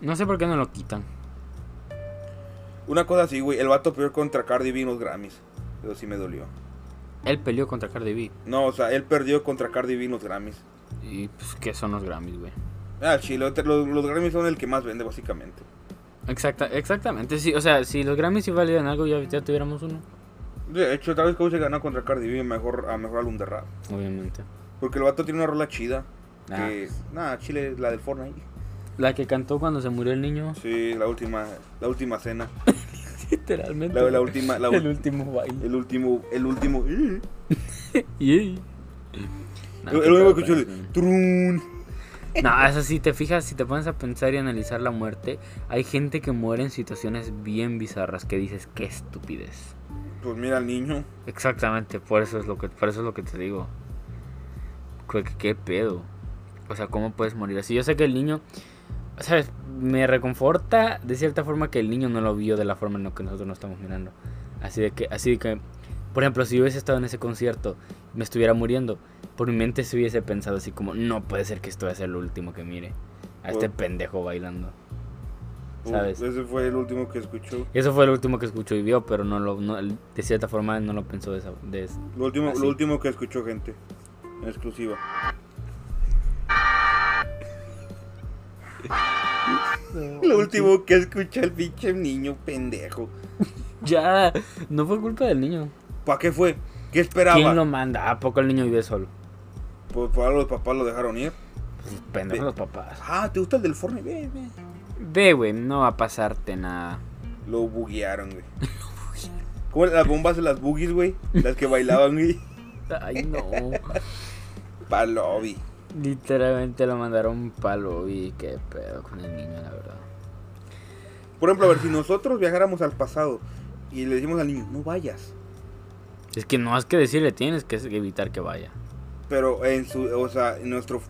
A: No sé por qué no lo quitan.
B: Una cosa así, güey. El vato peor contra Cardi B en los Grammys. Eso sí me dolió.
A: Él peleó contra Cardi B.
B: No, o sea, él perdió contra Cardi B en los Grammys.
A: Y pues, ¿qué son los Grammys, güey?
B: Ah, chile, los, los Grammys son el que más vende, básicamente.
A: Exacta, exactamente, sí. O sea, si los Grammys sí valían algo, ya, ya tuviéramos uno.
B: De hecho, tal vez se ganó contra Cardi B mejor, a mejor álbum de rap.
A: Obviamente.
B: Porque el vato tiene una rola chida.
A: Ah.
B: Que, nada, Chile, la del Fortnite.
A: La que cantó cuando se murió el niño.
B: Sí, la última, la última cena.
A: Literalmente.
B: La, la última, la,
A: el
B: ul-
A: último baile.
B: el último, el último. eh.
A: Yay. Nah,
B: el
A: qué
B: el único
A: pedo
B: que
A: con
B: escuché
A: eso,
B: es, "Trun".
A: No, eso sí, te fijas, si te pones a pensar y analizar la muerte, hay gente que muere en situaciones bien bizarras que dices, qué estupidez.
B: Pues mira al niño.
A: Exactamente, por eso es lo que, por eso es lo que te digo. Que- que- ¿Qué, pedo? O sea, ¿cómo puedes morir así? Yo sé que el niño, ¿sabes? Me reconforta de cierta forma que el niño no lo vio de la forma en la que nosotros lo estamos mirando. Así de que, así de que por ejemplo, si yo hubiese estado en ese concierto, me estuviera muriendo, por mi mente se hubiese pensado así como, no puede ser que esto es el último que mire a este
B: Bueno.
A: pendejo bailando.
B: Uh,
A: ¿Sabes?
B: Ese fue el último que escuchó.
A: Eso fue lo último que escuchó y vio, pero no lo, no- de cierta forma no lo pensó de esa... De esa-
B: Lo último,
A: Así.
B: lo último que escuchó, gente. En exclusiva. Lo último que escuchó el pinche niño pendejo.
A: Ya, no fue culpa del niño.
B: ¿Para qué fue? ¿Qué esperaba?
A: ¿Quién lo manda? Ah, ¿A poco el niño vive solo?
B: Pues para los papás lo dejaron ir.
A: Pues, pendejo
B: Ve-
A: los papás.
B: Ah, ¿te gusta el del Fortnite? Ve, ve.
A: Ve, güey, no va a pasarte nada.
B: Lo buguearon, güey. ¿Cómo las bombas de las boogies, güey? Las que bailaban, güey.
A: Ay, no.
B: Para lobby.
A: Literalmente lo mandaron palo y qué pedo con el niño, la verdad.
B: Por ejemplo, a ver, si nosotros viajáramos al pasado y le decimos al niño, no vayas.
A: Es que no has que decirle, tienes que evitar que vaya.
B: Pero en su, o sea, en nuestro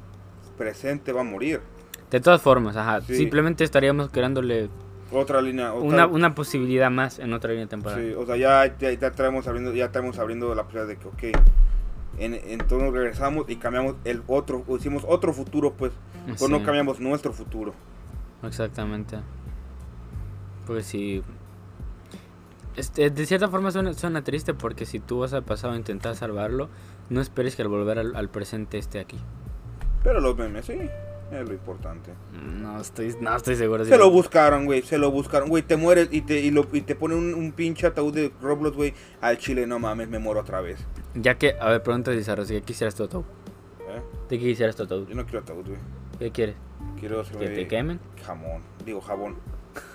B: presente va a morir.
A: De todas formas, ajá.
B: Sí.
A: Simplemente estaríamos creándole
B: Otra línea. otra-
A: una, una posibilidad más en otra línea temporal.
B: Sí, o sea, ya, ya, ya traemos abriendo, ya estamos abriendo la posibilidad de que, ok. en- entonces regresamos y cambiamos el otro, o hicimos otro futuro, pues. O no
A: Sí,
B: cambiamos nuestro futuro.
A: Exactamente. Pues sí. Este, de cierta forma suena, suena triste porque si tú vas al pasado a intentar salvarlo, no esperes que al volver al, al presente esté aquí.
B: Pero los memes, sí. Es lo importante.
A: No estoy, no estoy seguro. si
B: Se lo buscaron, güey. Se lo buscaron. Güey, te mueres y te, y lo, y te ponen un, un pinche ataúd de Roblox, güey. Al chile, no mames, me muero otra vez.
A: Ya que, a ver, pregunta Cizarro, si quisieras tu ataúd.
B: ¿Eh?
A: ¿De qué quisieras tu ataúd?
B: Yo no quiero ataúd, güey.
A: ¿Qué quieres?
B: Quiero
A: ¿Que
B: hacerme
A: te quemen?
B: jamón. Digo, jabón.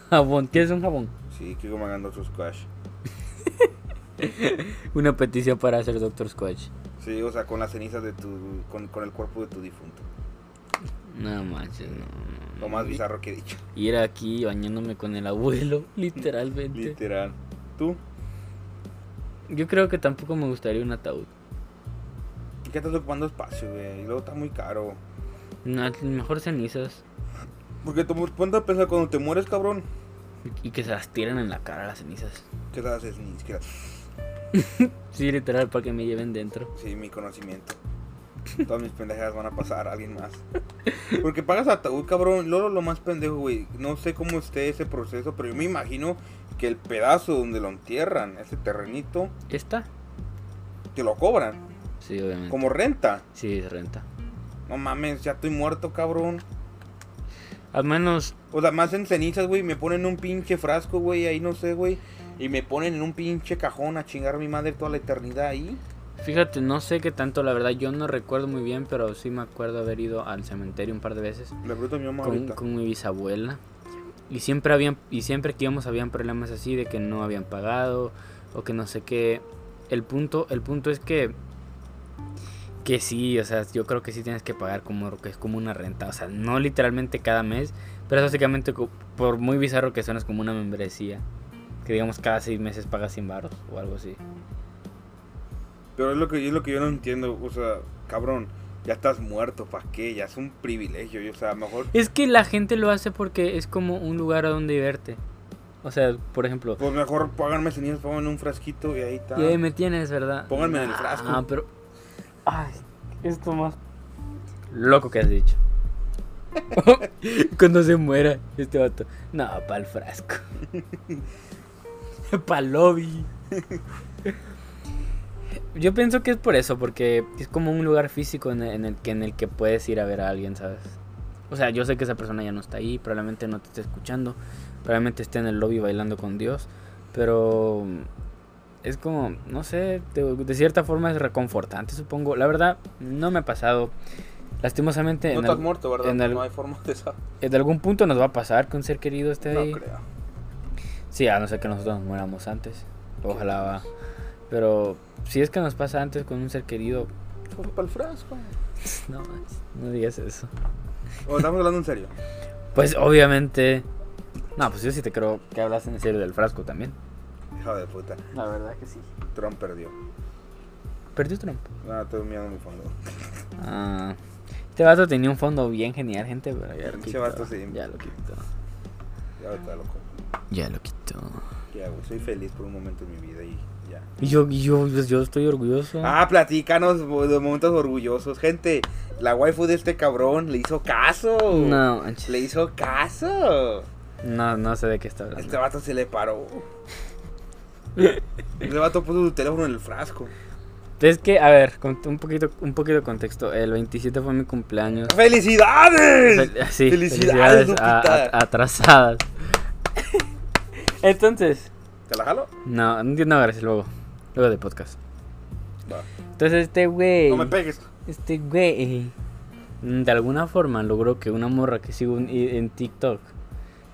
A: Jabón, ¿quieres un jabón?
B: Sí, quiero que me hagan otro squash.
A: Una petición para hacer Doctor Squatch.
B: Sí, o sea, con las cenizas de tu. Con, con el cuerpo de tu difunto.
A: No manches, no, no, no.
B: Lo más bizarro que he dicho.
A: Ir aquí bañándome con el abuelo, literalmente.
B: Literal. ¿Tú?
A: Yo creo que tampoco me gustaría un ataúd.
B: ¿Qué estás ocupando espacio, güey? Y luego está muy caro.
A: No, mejor cenizas.
B: Porque te mu- ponte a pensar cuando te mueres, cabrón.
A: Y que se las tiren en la cara las cenizas.
B: ¿Qué las haces? Ni siquiera.
A: Sí, literal, para que me lleven dentro.
B: Sí, mi conocimiento. Todas mis pendejadas van a pasar a alguien más. Porque pagas ataúd, cabrón. Lolo, lo más pendejo, güey. No sé cómo esté ese proceso, pero yo me imagino que el pedazo donde lo entierran, ese terrenito,
A: ¿Esta?
B: te lo cobran
A: Sí, obviamente.
B: como renta.
A: Sí, es renta.
B: No mames, ya estoy muerto, cabrón.
A: Al menos,
B: O sea, más en cenizas, güey. Me ponen un pinche frasco, güey. Ahí no sé, güey. Y me ponen en un pinche cajón a chingar a mi madre toda la eternidad ahí.
A: fíjate, no sé qué tanto, la verdad, yo no recuerdo muy bien, pero sí me acuerdo haber ido al cementerio un par de veces.
B: Le pregunto a mi mamá
A: con,
B: ahorita.
A: con mi bisabuela y siempre habían y siempre que íbamos habían problemas así de que no habían pagado o que no sé qué el punto el punto es que que sí o sea yo creo que sí tienes que pagar como que es como una renta o sea no literalmente cada mes pero es básicamente co- por muy bizarro que suena es como una membresía que digamos cada seis meses pagas 100 baros o algo así
B: Pero es lo que es lo que yo no entiendo, o sea, cabrón, ya estás muerto, ¿para qué? Ya es un privilegio, y, o sea, mejor
A: es que la gente lo hace porque es como un lugar a donde irte o sea por ejemplo
B: pues mejor pónganme cenizas, pónganme un frasquito y ahí está.
A: Y ahí me tienes, ¿verdad?
B: Pónganme en el frasco.
A: Ah, pero. Ay, esto más. Loco que has dicho. Cuando se muera este vato. No, para el frasco. para lobby. Yo pienso que es por eso, porque es como un lugar físico en el, en el que, en el que puedes ir a ver a alguien, ¿sabes? O sea, yo sé que esa persona ya no está ahí, probablemente no te esté escuchando, probablemente esté en el lobby bailando con Dios, pero es como, no sé, de, de cierta forma es reconfortante, supongo. La verdad, no me ha pasado. Lastimosamente,
B: no
A: en,
B: estás
A: al-
B: muerto, ¿verdad?
A: en el-
B: No hay forma de saber.
A: en algún punto nos va a pasar que un ser querido esté ahí.
B: No creo.
A: Sí, a no ser que nosotros nos muéramos antes. Ojalá va. Pero si es que nos pasa antes con un ser querido,
B: Para el frasco.
A: no, no digas eso.
B: O estamos hablando en serio.
A: Pues obviamente. No, pues yo sí te creo que hablas en serio del frasco también.
B: Hija de puta.
A: La verdad que sí.
B: Trump perdió.
A: Perdió Trump.
B: Ah, estoy mirando mi fondo.
A: Ah, Este vato tenía un fondo bien genial, gente, pero ya lo
B: Pinche
A: quitó.
B: vato, sí.
A: Ya lo quitó.
B: Ya ahorita lo compro.
A: Ya lo quitó.
B: Ya, güey, soy feliz por un momento en mi vida y ya.
A: Y yo, y yo, yo, yo estoy orgulloso.
B: Ah, platícanos bo- de momentos orgullosos. Gente, la waifu de este cabrón le hizo caso.
A: no,
B: Le
A: manches.
B: hizo caso.
A: no, no sé de qué está
B: Este
A: hablando.
B: vato se le paró. Este vato puso su teléfono en el frasco.
A: Es que, a ver, con un poquito, un poquito de contexto. El 27 fue mi cumpleaños.
B: ¡Felicidades!
A: Fel- sí,
B: felicidades,
A: felicidades a-
B: Lupita.
A: a- atrasadas. Entonces,
B: ¿Te la jalo?
A: no, no, gracias, luego. Luego de podcast.
B: Va.
A: Entonces, este güey.
B: No me pegues.
A: Este güey. mm, De alguna forma logró que una morra que sigo en, en TikTok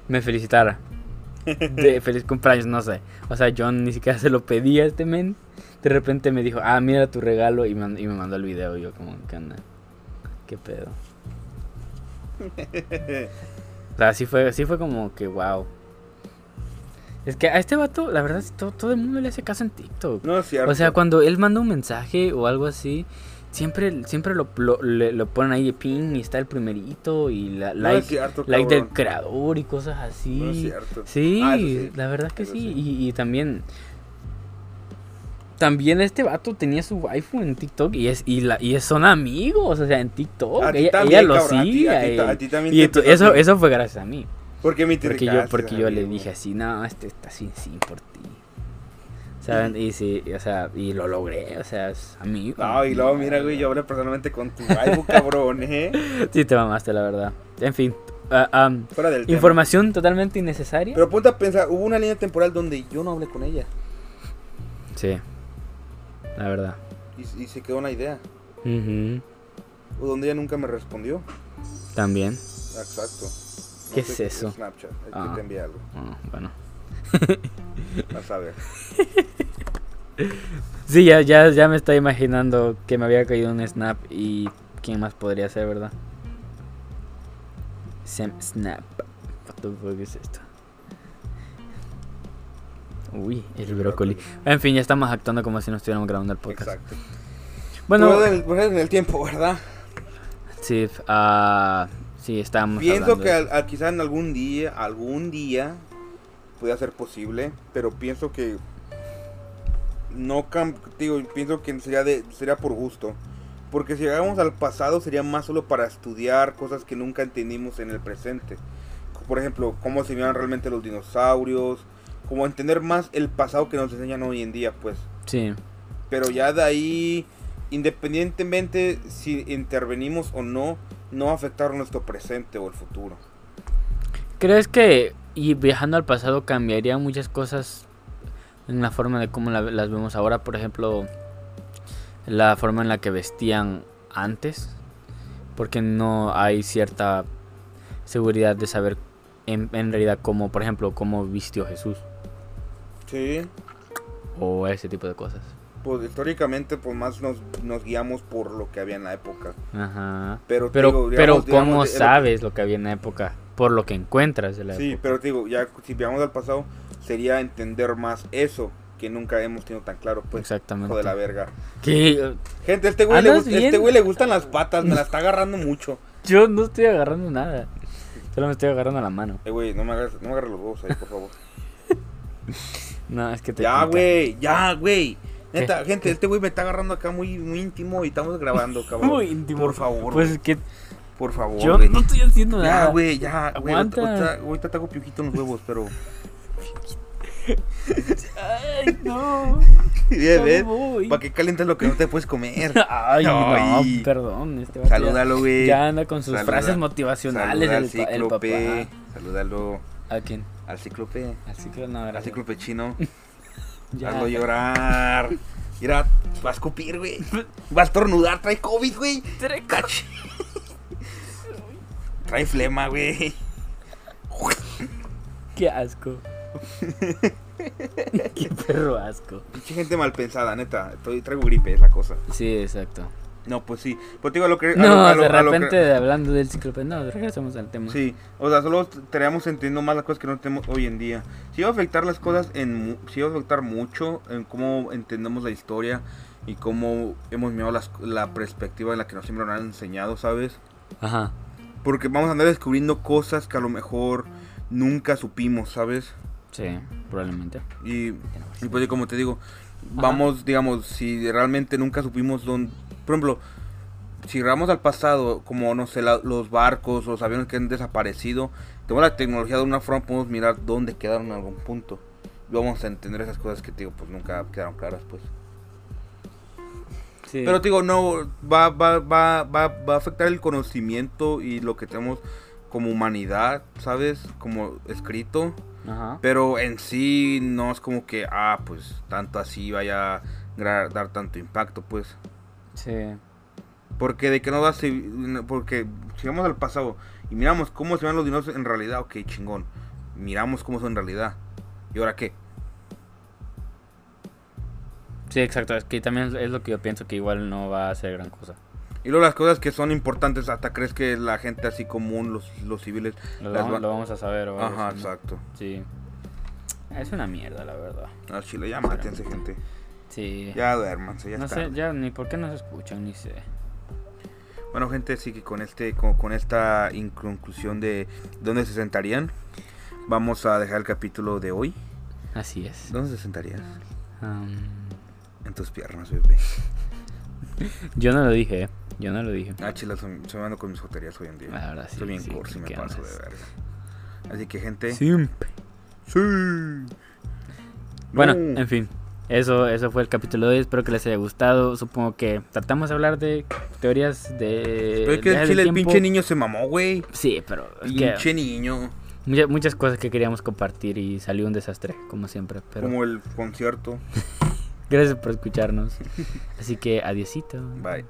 A: me felicitara. De feliz cumpleaños, no sé. O sea, yo ni siquiera se lo pedí a este men. De repente me dijo, ah, mira tu regalo. Y me, y me mandó el video. Y yo, como, ¿qué onda? ¿Qué pedo? O sea, sí fue, sí fue como que, wow. Es que a este vato, la verdad, todo, todo el mundo le hace caso en TikTok.
B: No es cierto.
A: O sea, cuando él manda un mensaje o algo así, siempre, siempre lo, lo, le- lo ponen ahí de pin y está el primerito y la
B: No es
A: like,
B: cierto,
A: like del
B: cabrón.
A: creador y cosas así.
B: No es cierto.
A: Sí,
B: Ah, eso sí.
A: la verdad que
B: Eso
A: sí.
B: sí.
A: Y, y también. También este vato tenía su waifu en TikTok y es y la y son amigos, o sea, en TikTok.
B: A ti
A: Oh, ella
B: también,
A: ella lo
B: cabrón, a ti-
A: sigue.
B: a ti
A: él.
B: ta- a ti también
A: y
B: te
A: esto-
B: empezó a
A: eso,
B: ti.
A: eso fue gracias a mí.
B: ¿Por qué me
A: Porque yo,
B: criticaste,
A: porque yo le
B: amigo?
A: dije así, no, este está sin sin por ti. ¿Saben? Y sí, o sea, y lo logré, o sea, es amigo.
B: No, Ah, y luego mira, güey, yo hablé personalmente con tu waifu, cabrón, ¿eh?
A: Sí, te mamaste, la verdad. En fin, ah, am,
B: Fuera del tema.
A: información totalmente innecesaria.
B: Pero ponte a pensar, hubo una línea temporal donde yo no hablé con ella.
A: Sí, la verdad.
B: Y, y se quedó una idea.
A: Ujú,
B: O donde ella nunca me respondió.
A: También.
B: Exacto.
A: ¿Qué es eso?
B: Snapchat, el
A: Ah.
B: que te envía algo.
A: Oh, bueno.
B: Vas a ver.
A: Sí, ya, ya, ya me estoy imaginando que me había caído un snap y quién más podría ser, ¿verdad? Sem snap. What the fuck es esto? Uy, el brócoli. En fin, ya estamos actuando como si no estuviéramos grabando el podcast.
B: Exacto.
A: Bueno,
B: Fuera del- fuera en el tiempo, ¿verdad?
A: sí, ah, sí, estábamos
B: Pienso
A: hablando
B: que
A: de-
B: al- al- quizá en algún día, algún día, pueda ser posible, pero pienso que no, cam- digo, pienso que sería, de, sería por gusto. Porque si llegáramos al pasado sería más solo para estudiar cosas que nunca entendimos en el presente. Por ejemplo, cómo se veían realmente los dinosaurios, como entender más el pasado que nos enseñan hoy en día, pues.
A: Sí,
B: Pero ya de ahí, independientemente si intervenimos o no, no va a afectar nuestro presente o el futuro.
A: ¿Crees que y viajando al pasado cambiaría muchas cosas en la forma de cómo la- las vemos ahora? Por ejemplo, la forma en la que vestían antes, porque no hay cierta seguridad de saber en, en realidad cómo, por ejemplo, cómo vistió Jesús
B: Sí.
A: o ese tipo de cosas.
B: Pues históricamente, pues más nos, nos guiamos por lo que había en la época.
A: Ajá.
B: Pero, te
A: Pero,
B: digo,
A: pero
B: digamos,
A: ¿cómo
B: digamos, de-
A: sabes lo que había en la época? Por lo que encuentras de la
B: Sí,
A: época.
B: pero te digo, ya si viajamos al pasado, sería entender más eso que nunca hemos tenido tan claro, pues. Hijo
A: Exactamente.
B: de la verga.
A: Que-
B: Gente, a este güey, le,
A: Andas
B: gust- este
A: bien.
B: güey le gustan las patas, me la está agarrando mucho.
A: Yo no estoy agarrando nada. Solo me estoy agarrando la mano.
B: Eh, güey, no me agarres, no me agarres los huevos ahí, por favor.
A: No, es que te.
B: Ya,
A: pica.
B: güey, ya, güey.
A: ¿Qué?
B: Neta, gente, este güey me está agarrando acá muy, muy íntimo y estamos grabando, cabrón.
A: Muy íntimo.
B: Por favor,
A: Pues
B: güey,
A: es que
B: por favor.
A: yo
B: güey.
A: no estoy haciendo
B: Ya,
A: nada.
B: güey, ya, güey.
A: Aguanta.
B: Ahorita, ahorita te hago piojito en los huevos, pero.
A: Ay, no.
B: Bien,
A: ya me
B: ¿ves?
A: voy.
B: Para que calientes lo que no te puedes comer.
A: Ay, no,
B: Ay.
A: perdón. Este vato ya-
B: Salúdalo, güey.
A: Ya anda con sus
B: Saluda.
A: frases
B: Saluda
A: motivacionales
B: al
A: el, pa- el
B: cíclope.
A: papá.
B: Salúdalo
A: ¿A quién?
B: al cíclope.
A: Al ciclo no,
B: Al
A: gracias.
B: cíclope chino.
A: Ya.
B: Hazlo llorar. Mira, va a escupir, güey. Va a estornudar, trae COVID, güey. Cach. Trae flema, güey.
A: Qué asco. Qué perro asco.
B: Pinche gente mal pensada, neta. Estoy, traigo gripe, es la cosa.
A: Sí, exacto.
B: No, pues sí. Pues te digo, a lo que. a lo-
A: No,
B: a lo-
A: de
B: a lo que-
A: repente hablando del cíclope. No, regresamos al tema.
B: Sí, o sea, solo estaríamos entendiendo más las cosas que no tenemos hoy en día. Si va a afectar las cosas, en, mu- sí va a afectar mucho en cómo entendemos la historia y cómo hemos mirado las- la perspectiva en la que nos siempre nos han enseñado, ¿sabes?
A: Ajá.
B: Porque vamos a andar descubriendo cosas que a lo mejor nunca supimos, ¿sabes?
A: Sí, probablemente.
B: Y, y pues como te digo, vamos, digamos, si realmente nunca supimos dónde... Por ejemplo, si vamos al pasado, como no sé, la- los barcos, los aviones que han desaparecido, tenemos la tecnología de una forma, podemos mirar dónde quedaron en algún punto. Y vamos a entender esas cosas que te digo, pues nunca quedaron claras, pues.
A: Sí.
B: Pero te digo, no, va, va, va, va, va a afectar el conocimiento y lo que tenemos como humanidad, ¿sabes? Como escrito.
A: Ajá.
B: Pero en sí no es como que, ah, pues tanto así vaya a gra- dar tanto impacto, pues.
A: Sí.
B: Porque de que no va a ser- Porque si vamos al pasado y miramos cómo se ven los dinosaurios en realidad, ok, chingón. Miramos cómo son en realidad. ¿Y ahora qué?
A: Sí, exacto. Es que también es lo que yo pienso que igual no va a ser gran cosa.
B: Y luego las cosas que son importantes, hasta crees que la gente así común, los, los civiles,
A: Lo,
B: las
A: vamos,
B: va-
A: lo vamos a saber. o algo
B: Ajá,
A: así, ¿no?
B: exacto.
A: Sí. Es una mierda, la verdad.
B: Al chile, ya mátense, gente.
A: Sí.
B: Ya duérmanse, ya
A: no
B: está.
A: sé, ya ni por qué no se escuchan, ni sé.
B: Bueno, gente, sí que con, este, con, con esta in- conclusión de dónde se sentarían, vamos a dejar el capítulo de hoy.
A: Así es. Um,
B: ¿Dónde se sentarías?
A: Ah. Am,
B: En tus piernas, bebé.
A: yo no lo dije, ¿eh? Yo no lo dije.
B: Ah, chila, se me se me ando con mis joterías hoy en día.
A: La verdad, Ah, sí,
B: Soy bien
A: sí,
B: cursi, me
A: ¿qué
B: paso de
A: andas?
B: verga. Así que, gente.
A: Siempre.
B: Sí.
A: Bueno,
B: No.
A: en fin. Eso, eso fue el capítulo de hoy. Espero que les haya gustado. Supongo que tratamos de hablar de teorías de.
B: Pero es que
A: viajes del
B: el chile, el
A: Eh, tiempo.
B: pinche niño se mamó, güey.
A: Sí, pero es que
B: Pinche niño.
A: mucha- muchas cosas que queríamos compartir y salió un desastre, como siempre. Pero
B: Como el concierto.
A: gracias por escucharnos. Así que adiosito.
B: Bye.